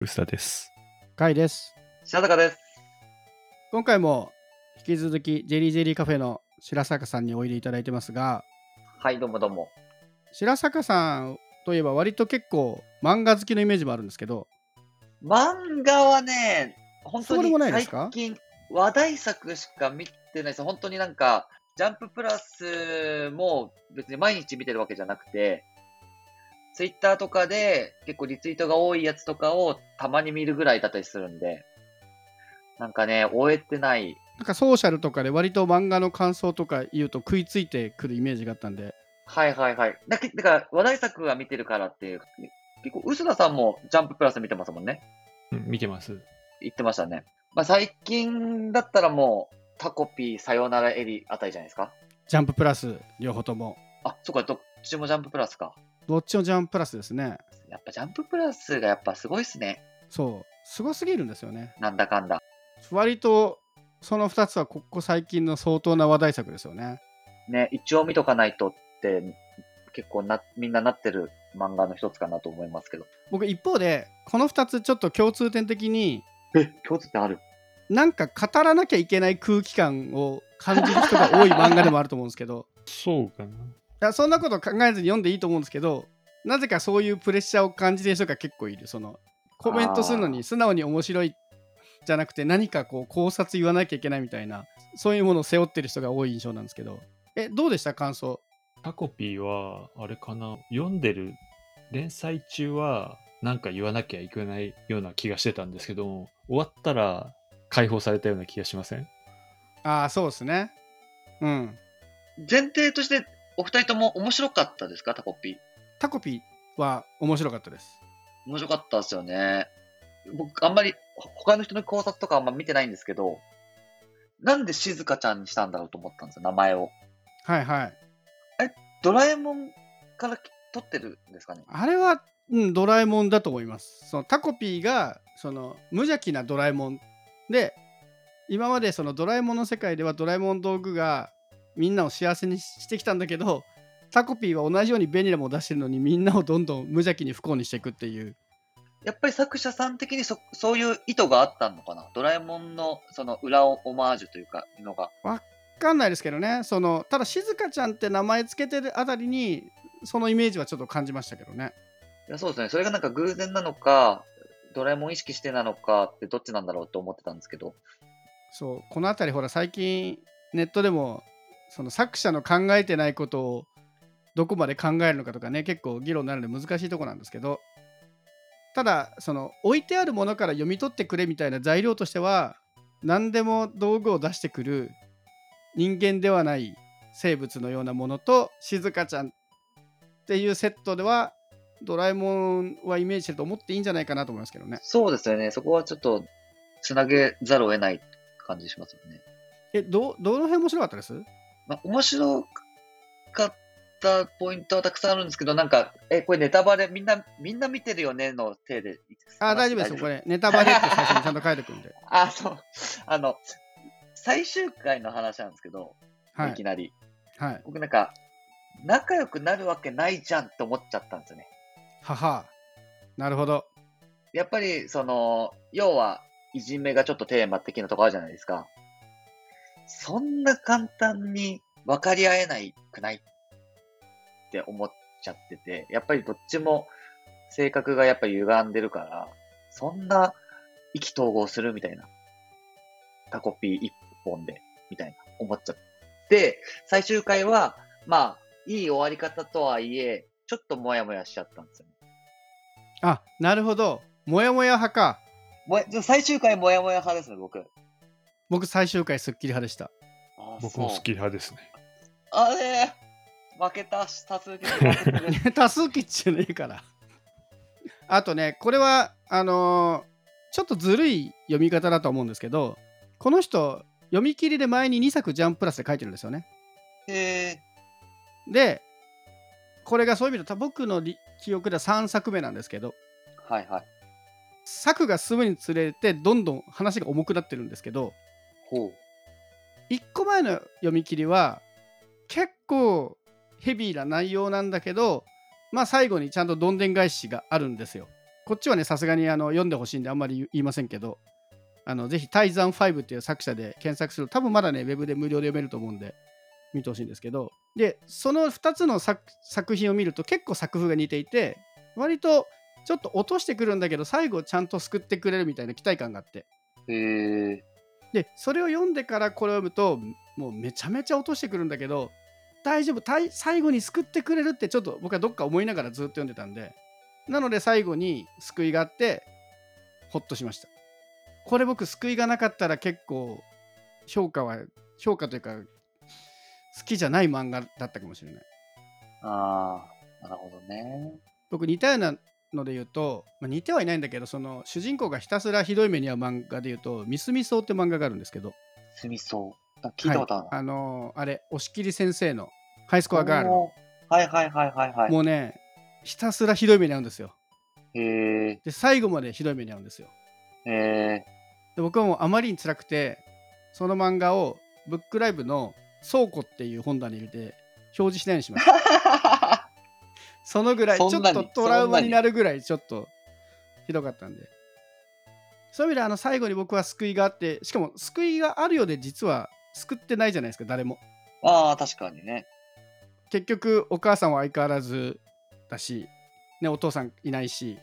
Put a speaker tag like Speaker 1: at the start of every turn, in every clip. Speaker 1: 薄田です。
Speaker 2: カイです。
Speaker 3: 白坂です。
Speaker 2: 今回も引き続きジェリージェリーカフェの白坂さんにおいでいただいてますが、
Speaker 3: はい、どうもどうも。
Speaker 2: 白坂さんといえば割と結構漫画好きのイメージもあるんですけど、
Speaker 3: 漫画はね、本当
Speaker 2: そうで
Speaker 3: に
Speaker 2: もないですか
Speaker 3: 最近話題作しか見てないです。本当になんか、ジャンププラスも別に毎日見てるわけじゃなくて、ツイッターとかで結構リツイートが多いやつとかをたまに見るぐらいだったりするんで、なんかね、終えてない。
Speaker 2: なんかソーシャルとかで割と漫画の感想とか言うと食いついてくるイメージがあったんで、
Speaker 3: はいはいはい。だけだから話題作は見てるからっていう、結構、臼田さんもジャンププラス見てますもんね。
Speaker 1: うん、見てます。
Speaker 3: 言ってましたね。まあ、最近だったらもう、タコピー、さよならエリあたりじゃないですか。
Speaker 2: ジャンププラス両方とも、
Speaker 3: あ、そっか、どっちもジャンププラスか。
Speaker 2: どっちもジャンププラスですね。
Speaker 3: やっぱジャンププラスがやっぱすごいっすね。
Speaker 2: そう、すごすぎるんですよね。
Speaker 3: なんだかんだ。
Speaker 2: 割とその2つはここ最近の相当な話題作ですよね。
Speaker 3: ね、一応見とかないとって、結構な、みんななってる漫画の一つかなと思いますけど。
Speaker 2: 僕一方でこの2つちょっと共通点的に
Speaker 3: え、共通ってある
Speaker 2: なんか語らなきゃいけない空気感を感じる人が多い漫画でもあると思うんですけど
Speaker 1: そうかな。
Speaker 2: いやそんなこと考えずに読んでいいと思うんですけどなぜかそういうプレッシャーを感じてる人が結構いるそのコメントするの
Speaker 3: あ
Speaker 2: に
Speaker 3: ー
Speaker 2: 素直に面白いじゃなくて何かこう考察言わなきゃいけないみたいなそういうものを背負ってる人が多い印象なんですけどえどうでした感想
Speaker 1: タコピーは、あれかな。読んでる連載中は、なんか言わなきゃいけないような気がしてたんですけども、終わったら解放されたような気がしません
Speaker 2: ああそうですねうん
Speaker 3: 前提として、お二人とも面白かったですか、タコピー。
Speaker 2: タコピーは面白かったです
Speaker 3: 面白かったですよね。僕、あんまり、ほ他の人の考察とかあんま見てないんですけど、なんで静香ちゃんにしたんだろうと思ったんですよ、名前を。
Speaker 2: はいはい
Speaker 3: ドラえもんからき撮ってるんですかね
Speaker 2: あれは、うん、ドラえもんだと思います。そのタコピーがその無邪気なドラえもんで今までそのドラえもんの世界ではドラえもん道具がみんなを幸せにしてきたんだけどタコピーは同じように便利なものを出してるのにみんなをどんどん無邪気に不幸にしていくっていう
Speaker 3: やっぱり作者さん的にそそういう意図があったのかなドラえもんのその裏オマージュというかのが
Speaker 2: 分かんないですけどねそのただ静香ちゃんって名前つけてるあたりにそのイメージはちょっと感じましたけどね
Speaker 3: いやそうですねそれがなんか偶然なのかドラえもん意識してなのかってどっちなんだろうと思ってたんですけど
Speaker 2: そうこの辺りほら最近ネットでもその作者の考えてないことをどこまで考えるのかとかね結構議論になるので難しいとこなんですけどただその置いてあるものから読み取ってくれみたいな材料としては何でも道具を出してくる人間ではない生物のようなものと静香ちゃんっていうセットではドラえもんはイメージしてると思っていいんじゃないかなと思いますけどね。
Speaker 3: そうですよねそこはちょっとつなげざるを得ない感じしますよね、
Speaker 2: えどどの辺面白かったです
Speaker 3: まあ、面白かったポイントはたくさんあるんですけどなんかえこれネタバレみんなみんな見てるよねの手で
Speaker 2: あ、大丈夫ですよ。これ、ネタバレって最初にちゃんと書いておく んで。
Speaker 3: あ、そう。あの、最終回の話なんですけど、、
Speaker 2: はい
Speaker 3: き
Speaker 2: い。
Speaker 3: なり。
Speaker 2: はい。
Speaker 3: 僕なんか、仲良くなるわけないじゃんって思っちゃったんですよね。
Speaker 2: はは。なるほど。
Speaker 3: やっぱり、その、要は、いじめがちょっとテーマ的なとこあるじゃないですか。そんな簡単に分かり合えないくないって思っちゃってて、やっぱりどっちも性格がやっぱり歪んでるから、そんな意気投合するみたいな。タコピー一本で、みたいな、思っちゃって、最終回は、まあ、いい終わり方とはいえ、ちょっとモヤモヤしちゃったんですよね。
Speaker 2: あ、なるほど。もやもや派か。
Speaker 3: もや最終回モヤモヤ派ですね、僕。
Speaker 2: 僕、最終回、スッキリ派でした。
Speaker 3: あー
Speaker 1: 僕も
Speaker 3: そう
Speaker 1: 好き派ですね。
Speaker 3: あれ負けたし、多数決で負けて る
Speaker 2: 多数決じゃねえから。 あとね、これは、あのーちょっとずるい読み方だと思うんですけど、この人、読み切りで前に2作ジャンププラスで書いてるんですよね。
Speaker 3: え
Speaker 2: で、これがそういう意味で、僕のり記憶では3作目なんですけど、
Speaker 3: ーはいはい。
Speaker 2: 作が進むにつれて、どんどん話が重くなってるんですけど、
Speaker 3: ほう。
Speaker 2: 1個前の読み切りは結構ヘビーな内容なんだけどまあ最後にちゃんとどんでん返しがあるんですよこっちはね、さすがにあの読んでほしいんで、あんまり言言いませんけど、あのぜひ、タイザン5っていう作者で検索すると、多分まだね、ウェブで無料で読めると思うんで、見てほしいんですけど、で、その2つの作作品を見ると、結構作風が似ていて、割とちょっと落としてくるんだけど、最後ちゃんと救ってくれるみたいな期待感があって、
Speaker 3: へえ。
Speaker 2: でそれを読んでからこれを読むともうめちゃめちゃ落としてくるんだけど大丈夫たい最後に救ってくれるってちょっと僕はどっか思いながらずっと読んでたんでなので最後に救いがあってほっとしましたこれ僕救いがなかったら結構評価は評価というか好きじゃない漫画だったかもしれない
Speaker 3: ああ、なるほどね。
Speaker 2: 僕似たようなので言うと、まあ、似てはいないんだけどその主人公がひたすらひどい目に遭う漫画で言うと「ミスミソウ」って漫画があるんですけど
Speaker 3: すみそう。あ聞いたことある
Speaker 2: はい、あのーあれ押切先生のハイスコアガールの
Speaker 3: おーはいはいはいはいはい。
Speaker 2: もうねひたすらひどい目に遭うんですよ
Speaker 3: へえ。
Speaker 2: で最後までひどい目に遭うんですよ
Speaker 3: へえ。
Speaker 2: で僕はもうあまりに辛くてその漫画をブックライブの倉庫っていう本棚に入れて表示しないようにしました そのぐらいちょ
Speaker 3: そん
Speaker 2: っ
Speaker 3: なに
Speaker 2: とトラウマになるぐらいちょっとひどかったんでそういう意味であの最後に僕は救いがあってしかも救いがあるようで実は救ってないじゃないですか誰も
Speaker 3: ああ、確かにね。
Speaker 2: 結局お母さんは相変わらずだし、ね、お父さんいないし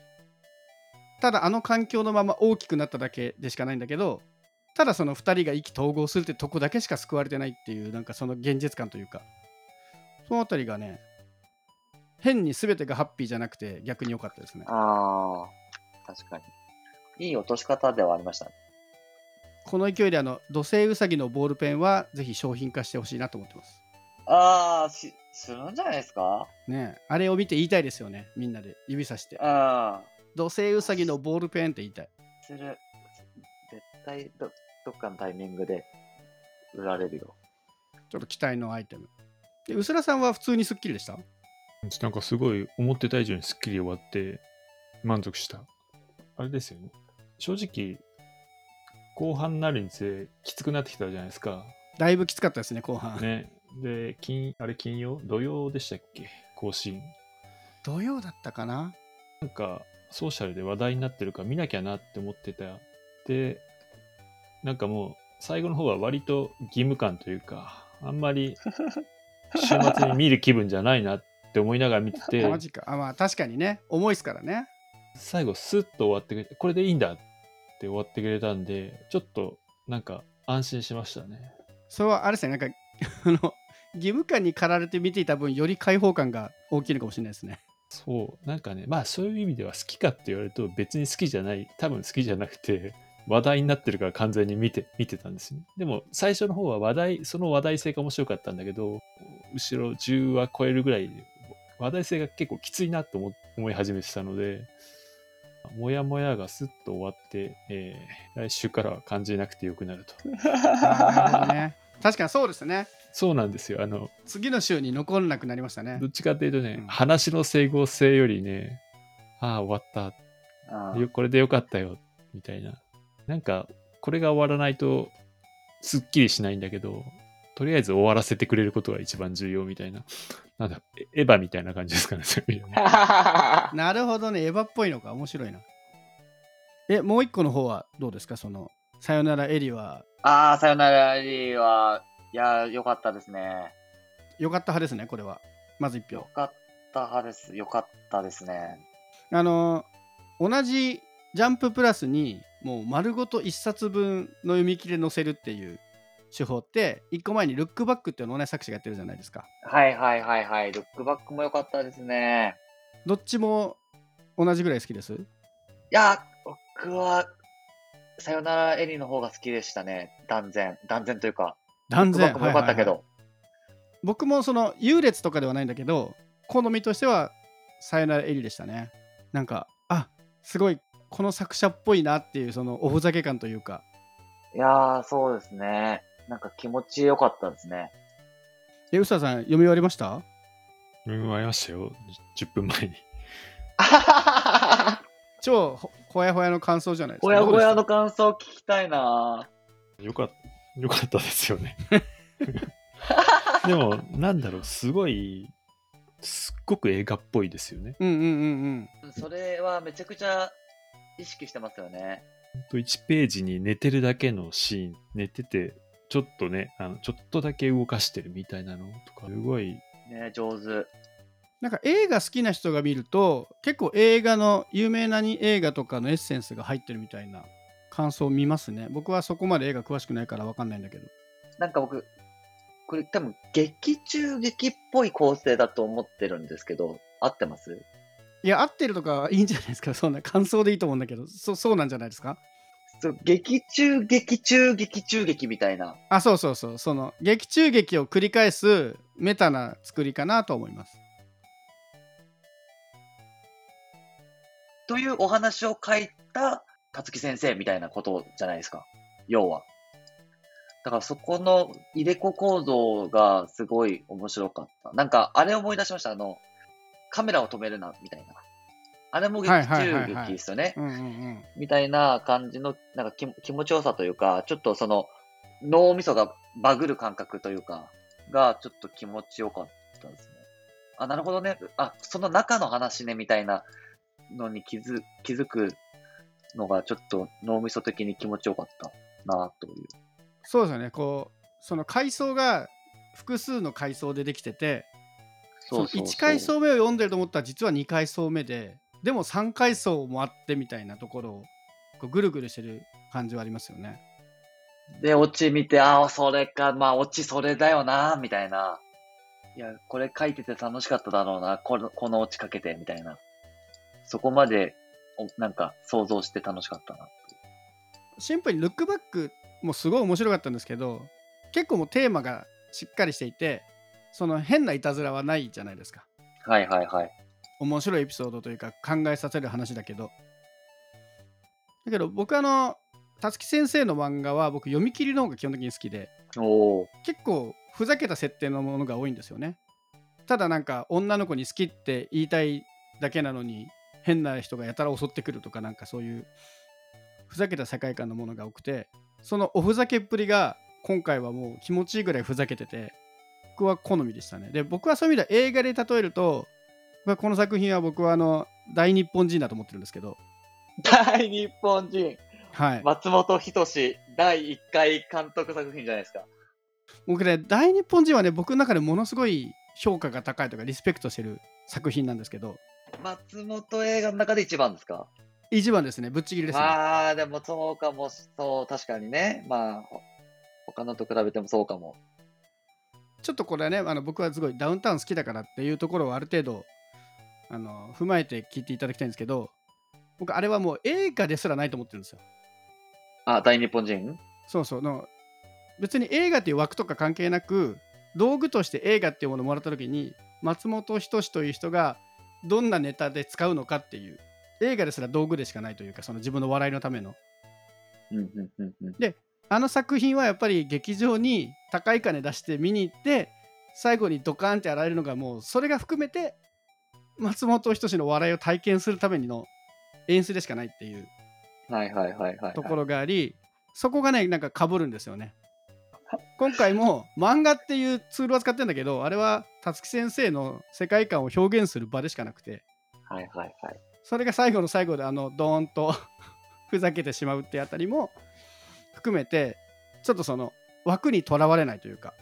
Speaker 2: ただあの環境のまま大きくなっただけでしかないんだけどただその2人が意気投合するってとこだけしか救われてないっていうなんかその現実感というかそのあたりがね変に全てがハッピーじゃなくて逆に良かったですね
Speaker 3: ああ、確かに。いい落とし方ではありましたね。
Speaker 2: この勢いであの土星ウサギのボールペンはぜひ商品化してほしいなと思ってます
Speaker 3: ああ、し、するんじゃないですか
Speaker 2: ねえあれを見て言いたいですよねみんなで指さして
Speaker 3: うん。
Speaker 2: 土星ウサギのボールペンって言いたい
Speaker 3: する。絶対ど、どっかのタイミングで売られるよ。
Speaker 2: ちょっと期待のアイテム。で、薄らさんは普通にスッキリでした
Speaker 1: なんかすごい思ってた以上にスッキリ終わって満足した。あれですよね。正直、後半になるにつれきつくなってきたじゃないですか。
Speaker 2: だいぶきつかったですね、後半。
Speaker 1: ね。で、金、あれ金曜土曜でしたっけ更新。
Speaker 2: 土曜だったかな
Speaker 1: なんかソーシャルで話題になってるから見なきゃなって思ってた。で、なんかもう最後の方は割と義務感というか、あんま り週末に見る気分じゃないなって思いながら見てて、
Speaker 2: マジか。あ、まあ確かにね、重いですからね。
Speaker 1: 最後スッと終わってくれてこれでいいんだって終わってくれたんでちょっとなんか安心しましたね
Speaker 2: それはあれですね、なんか、 あの、義務感に駆られて見ていた分、より解放感が大きいのかもしれないで すね。
Speaker 1: そうなんかねまあそういう意味では好きかって言われると別に好きじゃない多分好きじゃなくて話題になってるから完全に見て見てたんですねでも最初の方は話題その話題性が面白かったんだけど後ろ10話超えるぐらいで話題性が結構きついなと思思い始めてたのでモヤモヤがスッと終わって、えー来週からは感じなくてよくなると
Speaker 2: あーなるほどね確かにそうですね。
Speaker 1: そうなんですよあの
Speaker 2: 次の週に残らなくなりましたね
Speaker 1: ど。っちかっていうとね、
Speaker 2: うん
Speaker 1: 話の整合性よりね、ああ、終わっ
Speaker 3: あ
Speaker 1: た。よこれでよかったよ。みたいな。なんか、これが終わらないと、すっきりしないんだけど、とりあえず終わらせてくれることが一番重要みたいな。なんだ、エエヴァみたいな感じですかね、そういう意味ではね
Speaker 3: あ。
Speaker 2: なるほどね、エヴァっぽいのか、面白いな。え、もう一個の方はどうですかその、さよならエリは、
Speaker 3: ああ、さよならラリーは、いやー、良かったですね。
Speaker 2: 良かった派ですね、これは。まず一票
Speaker 3: 良。かった派です。良かったですね。
Speaker 2: あの同じ「ジャンププラス」にもう丸ごと1冊分の読み切りで載せるっていう手法って1個前に「ルックバック」っていうのをね作者がやってるじゃないですか
Speaker 3: はいはいはいはい。ルックバックも良かったですね。
Speaker 2: どっちも同じぐらい好きです
Speaker 3: いや、僕は、さよならエリの方が好きでしたね。断然。断然というか。
Speaker 2: 断
Speaker 3: ルッ
Speaker 2: 然
Speaker 3: クバックも良かったけど。
Speaker 2: はいはいはい僕もその優劣とかではないんだけど好みとしては「さよならエリ」でしたねなんかあすごいこの作者っぽいなっていうそのおふざけ感というか
Speaker 3: いやー、そうですね。なんか気持ち良かったです ね。
Speaker 2: えうささん読み終わりました
Speaker 1: うん、終わりましたよ。じ10分前に。
Speaker 2: 超ほほやほやの感想じゃないですか
Speaker 3: ほやほや
Speaker 2: どう
Speaker 3: の感想聞きたいな
Speaker 1: よかった、よかったですよね。でも、なんだろう、すごい、すっごく映画っぽいですよね。
Speaker 2: うんうんうん
Speaker 3: うんそれはめちゃくちゃ意識してますよね。
Speaker 1: ほんと1ページに寝てるだけのシーン、寝てて、ちょっとね、あのちょっとだけ動かしてるみたいなのとか、すごい、
Speaker 3: ね、上手。
Speaker 2: なんか映画好きな人が見ると結構映画の有名なに映画とかのエッセンスが入ってるみたいな感想を見ますね僕はそこまで映画詳しくないから分かんないんだけど
Speaker 3: なんか僕、これ多分劇中劇っぽい構成だと思ってるんですけど、合ってます
Speaker 2: いや合ってるとかいいんじゃないですか そんな感想でいいと思うんだけどそそうなんじゃないですか
Speaker 3: そう劇中劇中劇中劇みたいな。
Speaker 2: あそうそうそうその劇中劇を繰り返すメタな作りかなと思います
Speaker 3: というお話を書いた勝木先生みたいなことじゃないですか。要は。だからそこの入れ子構造がすごい面白かった。なんかあれ思い出しました。あの、カメラを止めるな、みたいな。あれも劇
Speaker 2: はいはい
Speaker 3: 中
Speaker 2: はいはい
Speaker 3: 劇ですよね。
Speaker 2: うんうんうん
Speaker 3: みたいな感じの、なんか気気持ちよさというか、ちょっとその脳みそがバグる感覚というか、がちょっと気持ちよかったですね。あ、なるほどね。あ、その中の話ね、みたいなのに気づ気づくのがちょっと脳みそ的に気持ちよかったな、という。
Speaker 2: そうですよねこうその階層が複数の階層でできててその1階層目を読んでると思ったら実は2階層目ででも3階層もあってみたいなところをこうぐるぐるしてる感じはありますよね。
Speaker 3: で、オチ見て、ああ、それか、まあ、オチそれだよな、みたいな。いや、これ書いてて楽しかっただろうな、この、このオチかけて、みたいな。そこまで、おなんか、想像して楽しかったな。
Speaker 2: シンプルに「ルックバック」もすごい面白かったんですけど結構もうテーマがしっかりしていてその変ないたずらはないじゃないですか。
Speaker 3: はいはいはい。
Speaker 2: 面白いエピソードというか考えさせる話だけどだけど僕あのたつき先生の漫画は僕読み切りの方が基本的に好きで
Speaker 3: おー
Speaker 2: 結構ふざけた設定のものが多いんですよねただなんか女の子に好きって言いたいだけなのに変な人がやたら襲ってくるとかなんかそういうふざけた世界観のものが多くてそのおふざけっぷりが今回はもう気持ちいいぐらいふざけてて僕は好みでしたねで僕はそういう意味では映画で例えると僕はこの作品は僕はあの大日本人だと思ってるんですけど
Speaker 3: 大日本人、
Speaker 2: はい
Speaker 3: 松本人志、第1回監督作品じゃないですか。
Speaker 2: 僕ね大日本人はね僕の中でものすごい評価が高いとかリスペクトしてる作品なんですけど
Speaker 3: 松本映画の中で一番ですか
Speaker 2: 一番ですね、ぶっちぎりですね。
Speaker 3: まあ、でもそうかも、そう、確かにね。まあ、ほ他のと比べてもそうかも。
Speaker 2: ちょっとこれはね、あの僕はすごいダウンタウン好きだからっていうところをある程度あの踏まえて聞いていただきたいんですけど、僕、あれはもう映画ですらないと思ってるんですよ。
Speaker 3: あ、大日本人
Speaker 2: そうそうの。別に映画っていう枠とか関係なく、道具として映画っていうものをもらったときに、松本人志という人がどんなネタで使うのかっていう、映画ですら道具でしかないというか、その自分の笑いのための。
Speaker 3: うんうんうんうん。
Speaker 2: あの作品はやっぱり劇場に高い金出して見に行って最後にドカーンってやられるのがもうそれが含めて松本人志の笑いを体験するためにの演出でしかないっていう
Speaker 3: はいはいはいはい、はい。
Speaker 2: ところがありそこがねなんかかぶるんですよね。今回も漫画っていうツールは使ってんだけどあれはたつき先生の世界観を表現する場でしかなくて
Speaker 3: はいはいはい。
Speaker 2: それが最後の最後であのドーンと ふざけてしまうってあたりも含めてちょっとその枠にとらわれないというか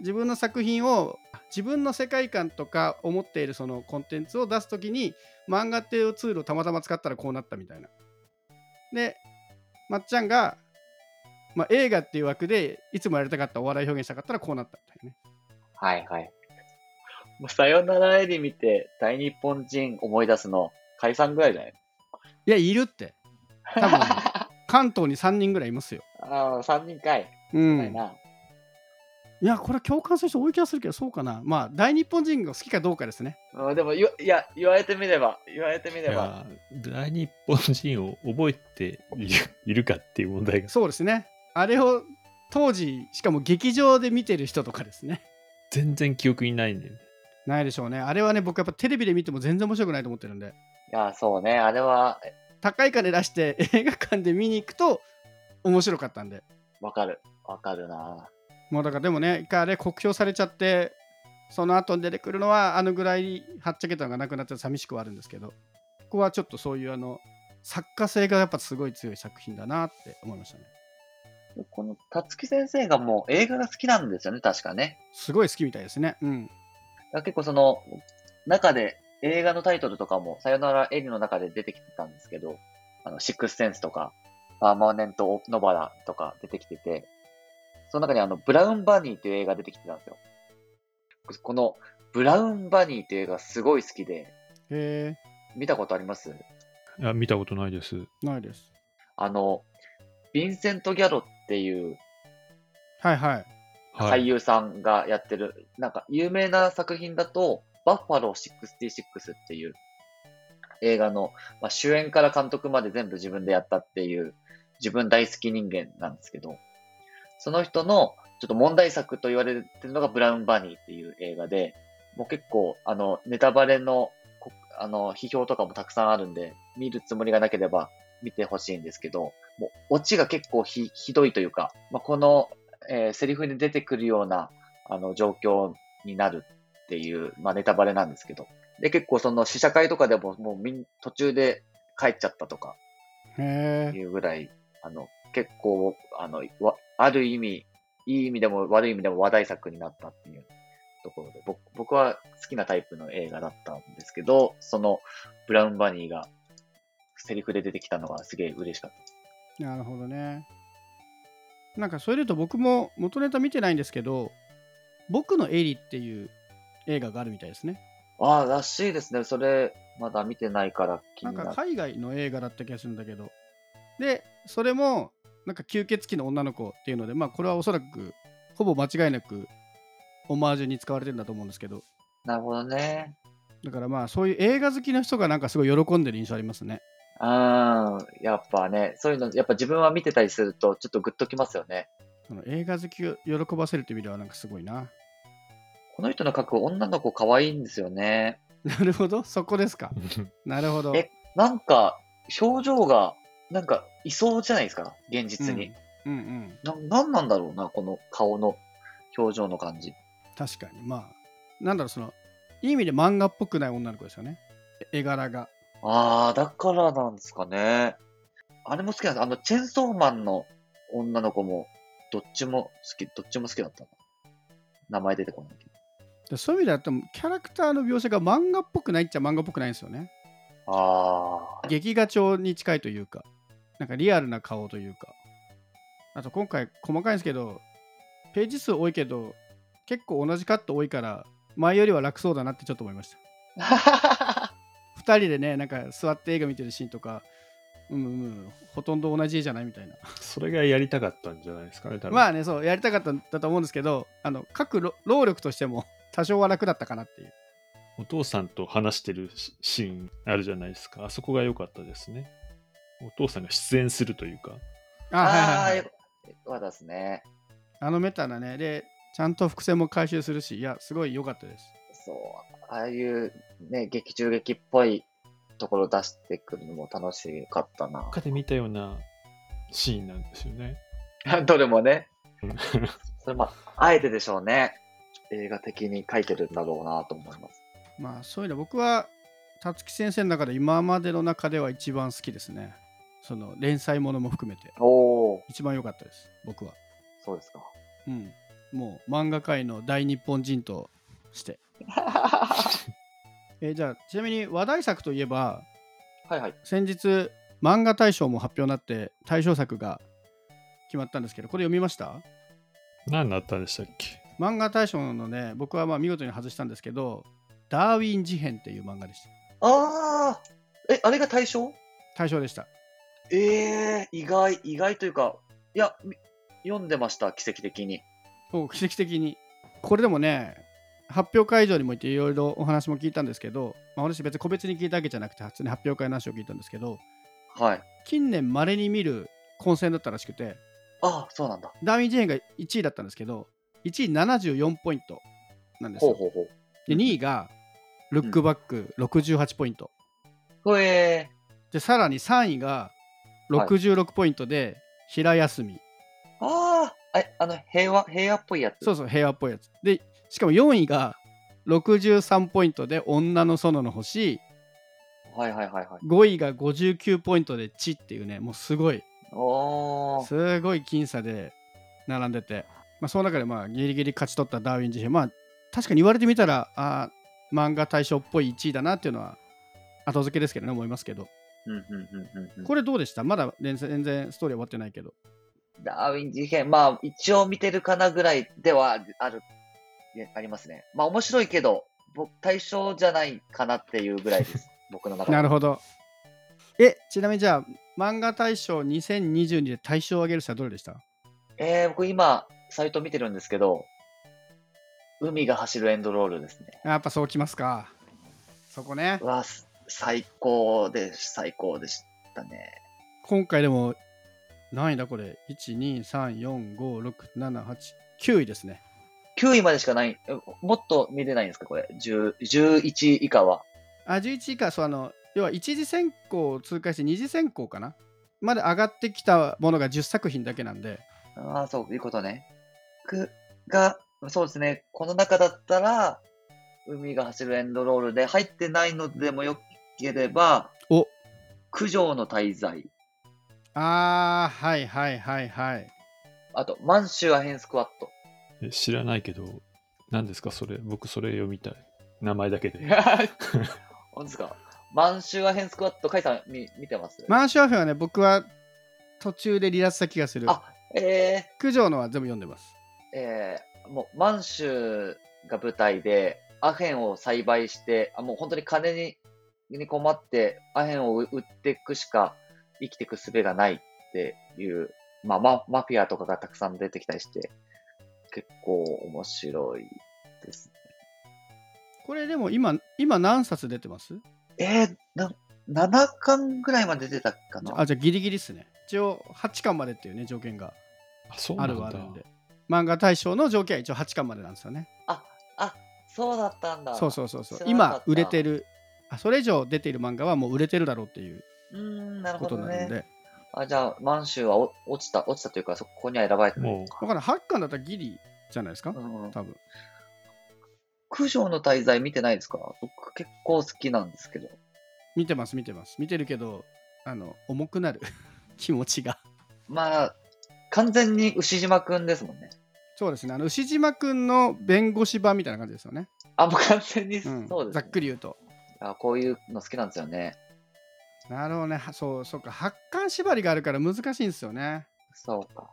Speaker 2: 自分の作品を自分の世界観とか思っているそのコンテンツを出す時に漫画っていうツールをたまたま使ったらこうなったみたいな。でまっちゃんが、まあ、映画っていう枠でいつもやりたかったお笑い表現したかったらこうなったみたいなね。
Speaker 3: はいはい。もうさよならエリ見て、大日本人思い出すの、解散ぐらいじゃない
Speaker 2: いやいるって多分
Speaker 3: あ
Speaker 2: 関東に3人ぐらいいますよ。
Speaker 3: あ、3人かい。
Speaker 2: う
Speaker 3: うんい、な。
Speaker 2: いや、これ共感する人多い気がするけど、そうかな。まあ、大日本人が好きかどうかですね。
Speaker 3: うん、でも言わ、いや、言われてみれば、言われてみ
Speaker 1: い
Speaker 3: れば、
Speaker 1: や大日本人を覚えているいるかっていう問題が
Speaker 2: そうですね。あれを当時、しかも劇場で見てる人とかですね。
Speaker 1: 全然記憶にないんだよね。
Speaker 2: ないでしょうね。あれはね、僕やっぱテレビで見ても全然面白くないと思ってるんで、
Speaker 3: いや、そうね、あれは、え
Speaker 2: 高い金出して映画館で見に行くと面白かったんで。
Speaker 3: わかる。わかるな。
Speaker 2: もうだからでもね、一回あれ酷評されちゃって、その後に出てくるのはあのぐらいはっちゃけたのがなくなって寂しくはあるんですけどここはちょっとそういうあの作家性がやっぱすごい強い作品だなって思いましたね
Speaker 3: でこの、たつき先生がもう映画が好きなんですよね、確かね。
Speaker 2: すごい好きみたいですねうん
Speaker 3: だから結構その、中で映画のタイトルとかも、さよならエリの中で出てきてたんですけど、あの、シックスセンスとか、パーマネント・ノバラとか出てきてて、その中にあの、ブラウン・バニーっていう映画出てきてたんですよ。この、ブラウン・バニーっていう映画すごい好きで、
Speaker 2: へ
Speaker 3: 見たことあります
Speaker 1: いや見たことないです。
Speaker 2: えないです
Speaker 3: あの、ヴィンセント・ギャロっていう
Speaker 2: はいはい
Speaker 1: はい。
Speaker 3: 俳優さんがやってる、なんか有名な作品だと、バッファロー66っていう映画の、まあ、主演から監督まで全部自分でやったっていう、自分大好き人間なんですけど、その人のちょっと問題作と言われてるのがブラウンバニーっていう映画で、もう結構、あの、ネタバレの、こあの、批評とかもたくさんあるんで、見るつもりがなければ見てほしいんですけど、もう、オチが結構ひ、ひどいというか、まあ、このえーセリフに出てくるようなあの状況になるっていう、まあ、ネタバレなんですけど。で、結構その試写会とかでももうみん途中で帰っちゃったとか
Speaker 2: へ
Speaker 3: い
Speaker 2: え
Speaker 3: うぐらい、あの、結構、あの、わある意味、いい意味でも悪い意味でも話題作になったっていうところで、僕僕は好きなタイプの映画だったんですけど、そのブラウンバニーがセリフで出てきたのがすげえ嬉しかった。
Speaker 2: なるほどねなんかそれで言うと僕も元ネタ見てないんですけど「僕のエリ」っていう映画があるみたいですね
Speaker 3: ああ、らしいですね。それ、まだ見てないから気
Speaker 2: な
Speaker 3: に
Speaker 2: ん
Speaker 3: な
Speaker 2: か
Speaker 3: っ
Speaker 2: 海外の映画だった気がするんだけどでそれもなんか吸血鬼の女の子っていうのでまあこれはおそらくほぼ間違いなくオマージュに使われてるんだと思うんですけど
Speaker 3: なるほどね。
Speaker 2: だからまあそういう映画好きの人がなんかすごい喜んでる印象ありますね
Speaker 3: うん、やっぱね、そういうの、やっぱ自分は見てたりすると、ちょっとグッときますよね。
Speaker 2: その映画好きを喜ばせるっていう意味ではなんかすごいな
Speaker 3: この人の描く女の子可愛いんですよね。
Speaker 2: なるほどそこですかなるほど
Speaker 3: えなんか、表情が、なんか、いそうじゃないですか、現実に。
Speaker 2: うんうん
Speaker 3: な、なんなんだろうな、この顔の表情の感じ。
Speaker 2: 確かにまあなんだろうそのいい意味で漫画っぽくない女の子ですよね絵柄が
Speaker 3: あー、だからなんですかね。あれも好きなんです。あの、チェンソーマンの女の子も、どっちも好き、どっちも好きだったな。名前出てこないけど。
Speaker 2: でそういう意味では多分キャラクターの描写が漫画っぽくないっちゃ漫画っぽくないんですよね
Speaker 3: あー。
Speaker 2: 劇画調に近いというかなんかリアルな顔というかあと今回細かいんですけどページ数多いけど結構同じカット多いから前よりは楽そうだなってちょっと思いました2人でねなんか座って映画見てるシーンとかうんうんうんほとんど同じ絵じゃないみたいな
Speaker 1: それがやりたかったんじゃないですかね、多分。
Speaker 2: まあねそうやりたかったんだと思うんですけどあの各ろ労力としても多少は楽だったかなっていう
Speaker 1: お父さんと話してるシシーンあるじゃないですか。あそこが良かったですね。お父さんが出演するというか。
Speaker 2: あ
Speaker 3: あ
Speaker 2: は
Speaker 3: あ、
Speaker 2: いはい
Speaker 3: よ
Speaker 2: はい
Speaker 3: かったですね。
Speaker 2: あのメタなねでちゃんと伏線も回収するしいやすごい良かったです
Speaker 3: そう、ああいうね、劇中劇っぽいところ出してくるのも楽しかったな。
Speaker 1: 他で見たようなシーンなんですよね。
Speaker 3: どれもね
Speaker 1: うん。
Speaker 3: それも、あえてでしょうね。映画的に書いてるんだろうなと思います。
Speaker 2: まあそういうの僕は辰木先生の中で今までの中では一番好きですねその連載ものも含めて
Speaker 3: おお、
Speaker 2: 一番良かったです僕は
Speaker 3: そうです か。
Speaker 2: うんもう漫画界の大日本人として、えーじゃあちなみに話題作といえば
Speaker 3: はいはい。
Speaker 2: 先日漫画大賞も発表になって大賞作が決まったんですけどこれ読みました
Speaker 1: 何だったんでしたっけ
Speaker 2: 漫画大賞のね僕はまあ見事に外したんですけど「ダーウィン事変」っていう漫画でした
Speaker 3: ああ、え、あれが対象
Speaker 2: 大賞でした
Speaker 3: ええ意外、意外というか、いや、み読んでました、奇跡的に。
Speaker 2: お奇跡的にこれでもね発表会場にも行っていろいろお話も聞いたんですけど、まあ、私別に個別に聞いたわけじゃなくて普通に発表会の話を聞いたんですけど
Speaker 3: はい。
Speaker 2: 近年まれに見る混戦だったらしくて
Speaker 3: ああ、そうなんだ。
Speaker 2: ダーウィン事変が1位だったんですけど1位74ポイントなんです
Speaker 3: ほう
Speaker 2: よ
Speaker 3: ほうほう。
Speaker 2: で2位が「ルックバック」68ポイント、
Speaker 3: ほえ
Speaker 2: でさらに3位が66ポイントで平休み、
Speaker 3: ー。ああ、え、あの、平和、平和っぽいやつ。
Speaker 2: そうそう平和っぽいやつでしかも4位が63ポイントで「女の園の星
Speaker 3: はいはいはいは」い。
Speaker 2: 5位が59ポイントで「地」っていうねもうすごい
Speaker 3: おー。
Speaker 2: すごい僅差で並んでて、まあ、その中でまあギリギリ勝ち取ったダーウィン自身まあ確かに言われてみたらあー漫画大賞っぽい1位だなっていうのは後付けですけどね思いますけど
Speaker 3: うんうんうんうんうん。
Speaker 2: これどうでしたまだ連全然ストーリー終わってないけど
Speaker 3: ダーウィン事変、まあ一応見てるかなぐらいではある、ねありますね。まあ面白いけど、僕対象じゃないかなっていうぐらい です。僕の中で。
Speaker 2: なる
Speaker 3: ほ
Speaker 2: ほどえちなみにじゃあ漫画大賞2022で大賞をあげる人はどれでした
Speaker 3: ど。えー、僕今、サイト見てるんですけど、海が走るエンドロールですね。
Speaker 2: やっぱそうきますかそこね
Speaker 3: うわ、す最高で、最高でしたね。
Speaker 2: 今回でも何位だこれ123456789位ですね
Speaker 3: 9位までしかない、えもっと見れないんですか、これ。10 11以下は。
Speaker 2: あ11位かそうあの要は一次選考を通過して二次選考かなまで上がってきたものが10作品だけなんで
Speaker 3: ああ、そういうことね。く、が、そうですね。この中だったら、海が走るエンドロールで、入ってないのでもよければ、
Speaker 2: お
Speaker 3: 九条の滞在。
Speaker 2: あーはいはいはいはい
Speaker 3: あと、満州アヘンスクワット。
Speaker 1: え知らないけど、何ですかそれ。僕それ読みたい。名前だけで。
Speaker 3: 本当ですか満州アヘンスクワット、カイさん見見てます
Speaker 2: マンションフェはね僕は途中で離脱した気がする
Speaker 3: あえ
Speaker 2: 九条のは全部読んでます
Speaker 3: ー、えー、もう、満州が舞台で、アヘンを栽培して、あもう本当に金にに困って、アヘンを売っていくしか生きていく術がないっていう、まあ、ママフィアとかがたくさん出てきたりして、結構面白いです。
Speaker 2: これでも今今何冊出てます
Speaker 3: えー、な7巻ぐらいまで出てたかな
Speaker 2: あじゃあギリギリっすね一応8巻までっていうね条件が
Speaker 1: あ、そうな
Speaker 2: あ
Speaker 1: んだ。
Speaker 2: るはあるんで漫画大賞の条件は一応8巻までなんですよね
Speaker 3: あ、そうだったんだ。
Speaker 2: そうそうそうそう
Speaker 3: 知らなか
Speaker 2: 今
Speaker 3: った
Speaker 2: 売れてるあそれ以上出ている漫画はもう売れてるだろうっていう
Speaker 3: う。うーん、なる
Speaker 2: こ
Speaker 3: ほ
Speaker 2: と
Speaker 3: ど
Speaker 2: になる
Speaker 3: ね
Speaker 2: ん。で
Speaker 3: あじゃあ、満州はお落ちた、落ちたというか、そこには選ばれてない。
Speaker 1: も
Speaker 2: だから8巻だったらギリじゃないですか
Speaker 3: うんうん
Speaker 2: 多分
Speaker 3: 九条の滞在見てないですか僕結構好きなんですけど。
Speaker 2: 見てます見てます見てるけどあの重くなる 気持ちが
Speaker 3: まあ、完全に牛島くんですもんね。
Speaker 2: そうですねあの牛島くんの弁護士版みたいな感じですよね、
Speaker 3: あ、もう完全に
Speaker 2: う
Speaker 3: そ
Speaker 2: ん
Speaker 3: うです、ね
Speaker 2: ざっくり言うと
Speaker 3: あ。こういうの好きなんですよね。
Speaker 2: なるほどねはそうそうか8巻縛りがあるから難しいんですよね
Speaker 3: そうか。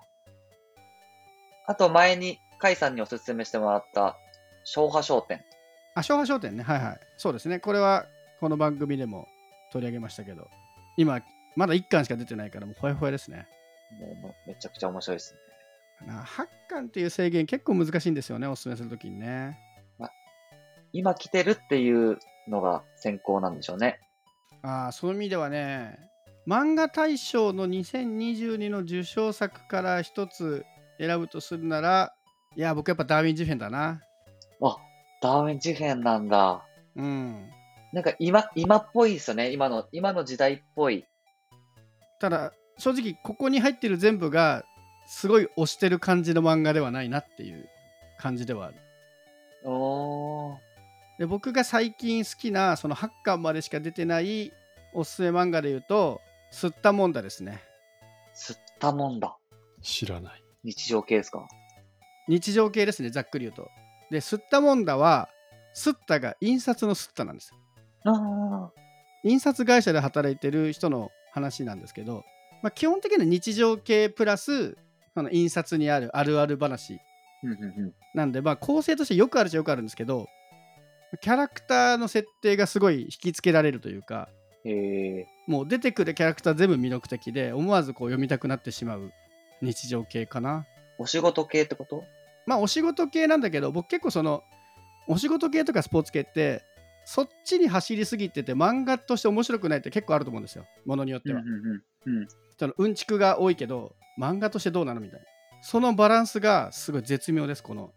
Speaker 3: あと前に、甲斐さんにおすすめしてもらった、昭和商店。
Speaker 2: あ昭和商店ねはいはいそうですねこれはこの番組でも取り上げましたけど今まだ1巻しか出てないからもうほやほやですね
Speaker 3: もうもうめちゃくちゃ面白いですね。
Speaker 2: な8巻っていう制限結構難しいんですよねおすすめするときにね
Speaker 3: 今来てるっていうのが先行なんでしょうね。
Speaker 2: ああそういう意味ではね漫画大賞の2022の受賞作から一つ選ぶとするならいや僕やっぱダーウィン・事変だな
Speaker 3: あ、ダーウィン事変なんだ。
Speaker 2: うん
Speaker 3: なんか今、今っぽいですよね。今の、今の時代っぽい。
Speaker 2: ただ正直ここに入ってる全部がすごい推してる感じの漫画ではないなっていう感じではある
Speaker 3: おー。
Speaker 2: で僕が最近好きなその8巻までしか出てないおすすめ漫画で言うと「吸ったもんだ」ですね
Speaker 3: 吸ったもんだ。
Speaker 1: う、知らない。
Speaker 3: 日常系ですか
Speaker 2: 日常系ですねざっくり言うとで「吸ったもんだ」は「吸った」が印刷の「吸った」なんですよ
Speaker 3: あ
Speaker 2: 印刷会社で働いてる人の話なんですけど、まあ、基本的には日常系プラスその印刷にあるあるある話
Speaker 3: うんうんうん。
Speaker 2: なんでまあ構成としてよくあるっちゃよくあるんですけどキャラクターの設定がすごい引きつけられるというか
Speaker 3: へえ。
Speaker 2: もう出てくるキャラクター全部魅力的で思わずこう読みたくなってしまう日常系かな
Speaker 3: お仕事系ってこと
Speaker 2: まあお仕事系なんだけど僕結構そのお仕事系とかスポーツ系ってそっちに走りすぎてて漫画として面白くないって結構あると思うんですよものによっては、
Speaker 3: うんうん。
Speaker 2: そのうんちくが多いけど漫画としてどうなのみたいなそのバランスがすごい絶妙ですこの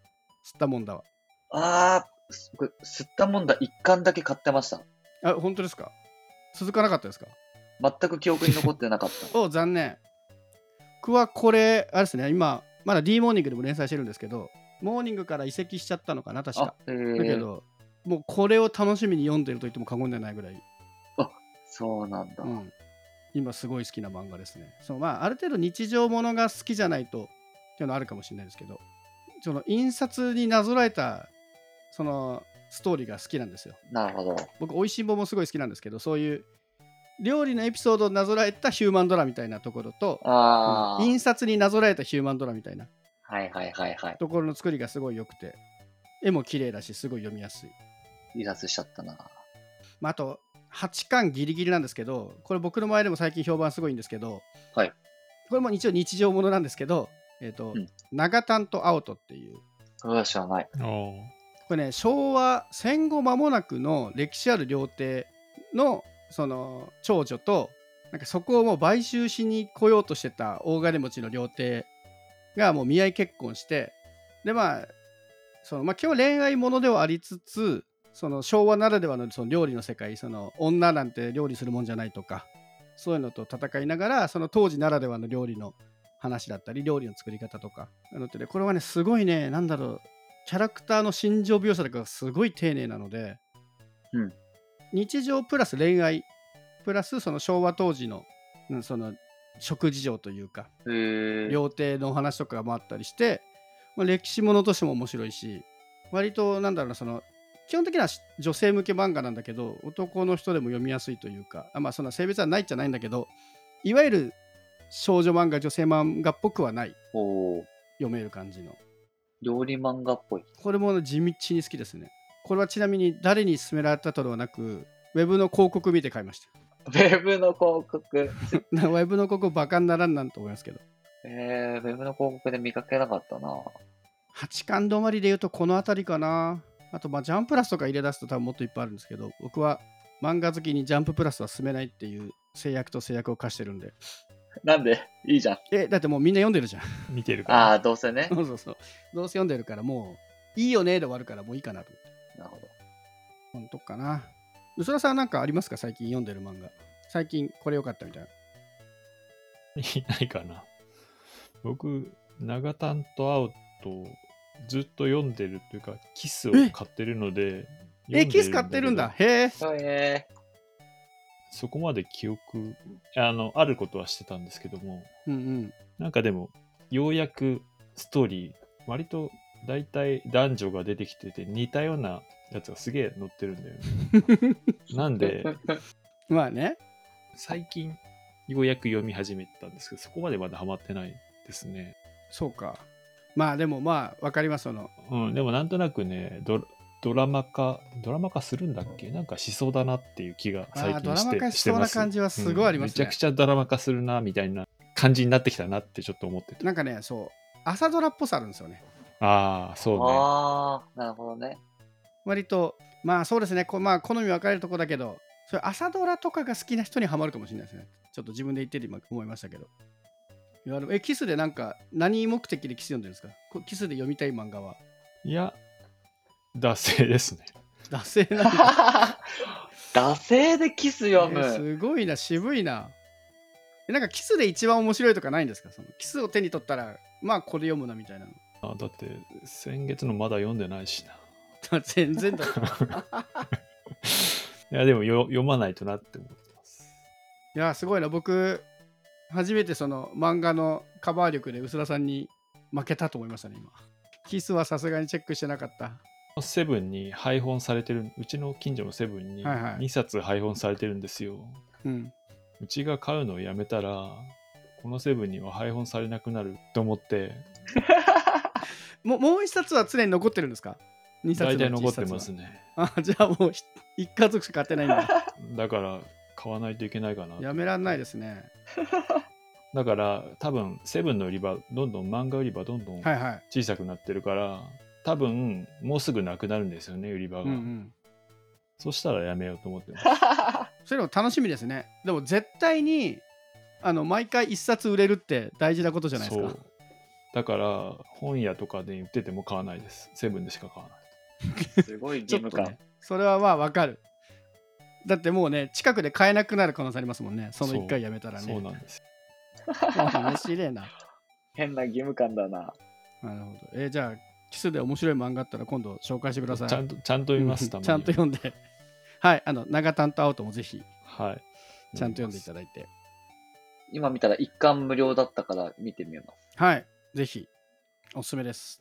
Speaker 2: 吸ったもんだは
Speaker 3: ああ、す僕吸ったもんだ一巻だけ買ってました。
Speaker 2: あ本当ですか続かなかったですか
Speaker 3: 全く記憶に残って なかった。
Speaker 2: お残念僕はこれあれですね今まだ D モーニングでも連載してるんですけどモーニングから移籍しちゃったのかな確か
Speaker 3: あ、へ
Speaker 2: だけ
Speaker 3: え。
Speaker 2: どもうこれを楽しみに読んでると言っても過言ではないぐらい、
Speaker 3: そうなんだ。
Speaker 2: うん、今すごい好きな漫画ですね。そのまあ、ある程度日常ものが好きじゃないとっていうのはあるかもしれないですけどその印刷になぞらえたそのストーリーが好きなんですよ。
Speaker 3: なるほど。
Speaker 2: 僕おいしんぼもすごい好きなんですけどそういう料理のエピソードをなぞらえたヒューマンドラみたいなところと
Speaker 3: ああ、
Speaker 2: 印刷になぞらえたヒューマンドラみたいな
Speaker 3: はいはいはいはい。
Speaker 2: ところの作りがすごい良くて絵も綺麗だしすごい読みやすい、
Speaker 3: 離脱しちゃったな。
Speaker 2: まあ、あと8巻ギリギリなんですけどこれ僕の前でも最近評判すごいんですけど、
Speaker 3: はい
Speaker 2: これも一応日常ものなんですけど、えーと
Speaker 3: うん
Speaker 2: 長短と青とっていう
Speaker 3: うわ、知らない。
Speaker 1: お
Speaker 2: これね昭和戦後間もなくの歴史ある料亭のその長女となんかそこをもう買収しに来ようとしてた大金持ちの料亭がもう見合い結婚してでまあそのまあ今日恋愛ものではありつつその昭和ならではのその料理の世界その女なんて料理するもんじゃないとかそういうのと戦いながらその当時ならではの料理の話だったり料理の作り方とかなのってねこれはねすごいねなんだろうキャラクターの心情描写とかがすごい丁寧なので、
Speaker 3: うん
Speaker 2: 日常プラス恋愛プラスその昭和当時のうんその食事情というか
Speaker 3: へー
Speaker 2: 料亭のお話とかもあったりして、まあ、歴史ものとしても面白いし割となんだろうなその基本的にはし女性向け漫画なんだけど男の人でも読みやすいというかあまあそんな性別はないじゃないんだけどいわゆる少女漫画女性漫画っぽくはない
Speaker 3: おー
Speaker 2: 読める感じの
Speaker 3: 料理漫画っぽい。
Speaker 2: これも地道に好きですねこれはちなみに誰に勧められたとではなくウェブの広告見て買いまし
Speaker 3: ウェブの広告。
Speaker 2: た ウェブの広告バカにならんなんと思いますけど
Speaker 3: えー、ウェブの広告で見かけなかったな。
Speaker 2: 八巻止まりで言うとこの辺りかなあとまあジャンプラスとか入れ出すと多分もっといっぱいあるんですけど僕は漫画好きにジャンププラスは進めないっていう制約と制約を課してるんで
Speaker 3: なんでいいじゃん。
Speaker 2: えだってもうみんな読んでるじゃん
Speaker 1: ー見てるから。
Speaker 3: ああ、どうせね。
Speaker 2: そうそうそうどうせ読んでるからもういいよねで終わるからもういいかなと思って
Speaker 3: なるほど。
Speaker 2: ほんとかな吉田さんなんかありますか最近読んでる漫画最近これ良かったみたいない
Speaker 1: ないかな。僕、長短と青とずっと読んでるというか、キスを買ってるので、読
Speaker 2: え
Speaker 1: んで
Speaker 2: キス買ってるんだ
Speaker 1: けど
Speaker 2: へえ
Speaker 3: そうね。
Speaker 1: そこまで記憶あの、あることはしてたんですけども、
Speaker 2: うんうん
Speaker 1: なんかでも、ようやくストーリー、割と大体男女が出てきてて、似たようなやつがすげえ載ってるんだよね。 なんで、
Speaker 2: まあね
Speaker 1: 最近、ようやく読み始めたんですけど、そこまでまだハマってないですね。
Speaker 2: そうかまあでもまあわかりますその
Speaker 1: うん、でもなんとなくねドラ、ドラマ化、ドラマ化するんだっけなんかしそうだなっていう気が最
Speaker 2: あー
Speaker 1: 近して
Speaker 2: ドラマ化し
Speaker 1: して
Speaker 2: そうな
Speaker 1: ます
Speaker 2: 感じはすごいありますね
Speaker 1: うんめちゃくちゃドラマ化するなみたいな感じになってきたなってちょっと思ってた。
Speaker 2: なんかねそう朝ドラっぽさあるんですよね
Speaker 1: ああ、そうね。
Speaker 3: ああ、なるほどね。
Speaker 2: 割とまあそうですねこ、まあ、好み分かれるとこだけどそれ朝ドラとかが好きな人にはまるかもしれないですねちょっと自分で言ってて今思いましたけどいやでもえキスでなんか何目的でキス読んでるんですかこキスで読みたい漫画はい
Speaker 1: や、惰性ですね。
Speaker 2: 惰性なんだ
Speaker 3: 惰性でキス読
Speaker 2: えー
Speaker 3: む。
Speaker 2: すごいな渋いなえなんかキスで一番面白いとかないんですかそのキスを手に取ったらまあこれ読むなみたいなの
Speaker 1: あだって、先月のまだ読んでないしな。
Speaker 2: 全然だ
Speaker 1: いや、でもよ読まないとなって思ってます。
Speaker 2: いやすごいな僕初めてその漫画のカバー力で薄田さんに負けたと思いましたね今キスはさすがにチェックしてなかった
Speaker 1: セブンに配本されてる、うちの近所のセブンに
Speaker 2: はいはい
Speaker 1: 2冊配本されてるんですよ。
Speaker 2: うん
Speaker 1: うちが買うのをやめたら、このセブンには配本されなくなると思って、
Speaker 2: もうもう一冊は常に残ってるんですか2冊のう
Speaker 1: 大体残っ
Speaker 2: ち一冊
Speaker 1: て
Speaker 2: は
Speaker 1: ますね。
Speaker 2: あじゃあもうひ一家族しか買ってないんだ
Speaker 1: だから、買わないといけないかな。
Speaker 2: やめらんないですね
Speaker 1: だから、多分、セブンの売り場、どんどん漫画売り場、どんどん
Speaker 2: はいはい
Speaker 1: 小さくなってるから、多分、もうすぐなくなるんですよね、売り場
Speaker 2: うんう
Speaker 1: が。
Speaker 2: ん
Speaker 1: そしたらやめようと思ってます。
Speaker 2: それでも楽しみですねでも絶対にあの毎回一冊売れるって大事なことじゃないですか
Speaker 1: そうだから本屋とかで売ってても買わないですセブンでしか買わない
Speaker 3: すごい義
Speaker 2: ちょ
Speaker 3: 務
Speaker 2: っと
Speaker 3: 感。
Speaker 2: ねそれはまあわかるだってもうね近くで買えなくなる可能性ありますもんねその
Speaker 1: そう
Speaker 2: 1回やめたらね
Speaker 1: そうなんです
Speaker 2: 面白いな。
Speaker 3: 変な義務感だな。
Speaker 2: なるほど。えーじゃあ、キスで面白い漫画あったら今度紹介してください。
Speaker 1: ちゃんと、ちゃんと見ます、たま
Speaker 2: うん
Speaker 1: に。
Speaker 2: ちゃんと読んで。 はい、あの、長短と青ともぜひ、
Speaker 1: はい。
Speaker 2: ちゃんと読んでいた
Speaker 1: だ
Speaker 2: だいて。
Speaker 3: 今見たら一巻無料だったから見てみます。
Speaker 2: はい、ぜひ、おすすめです。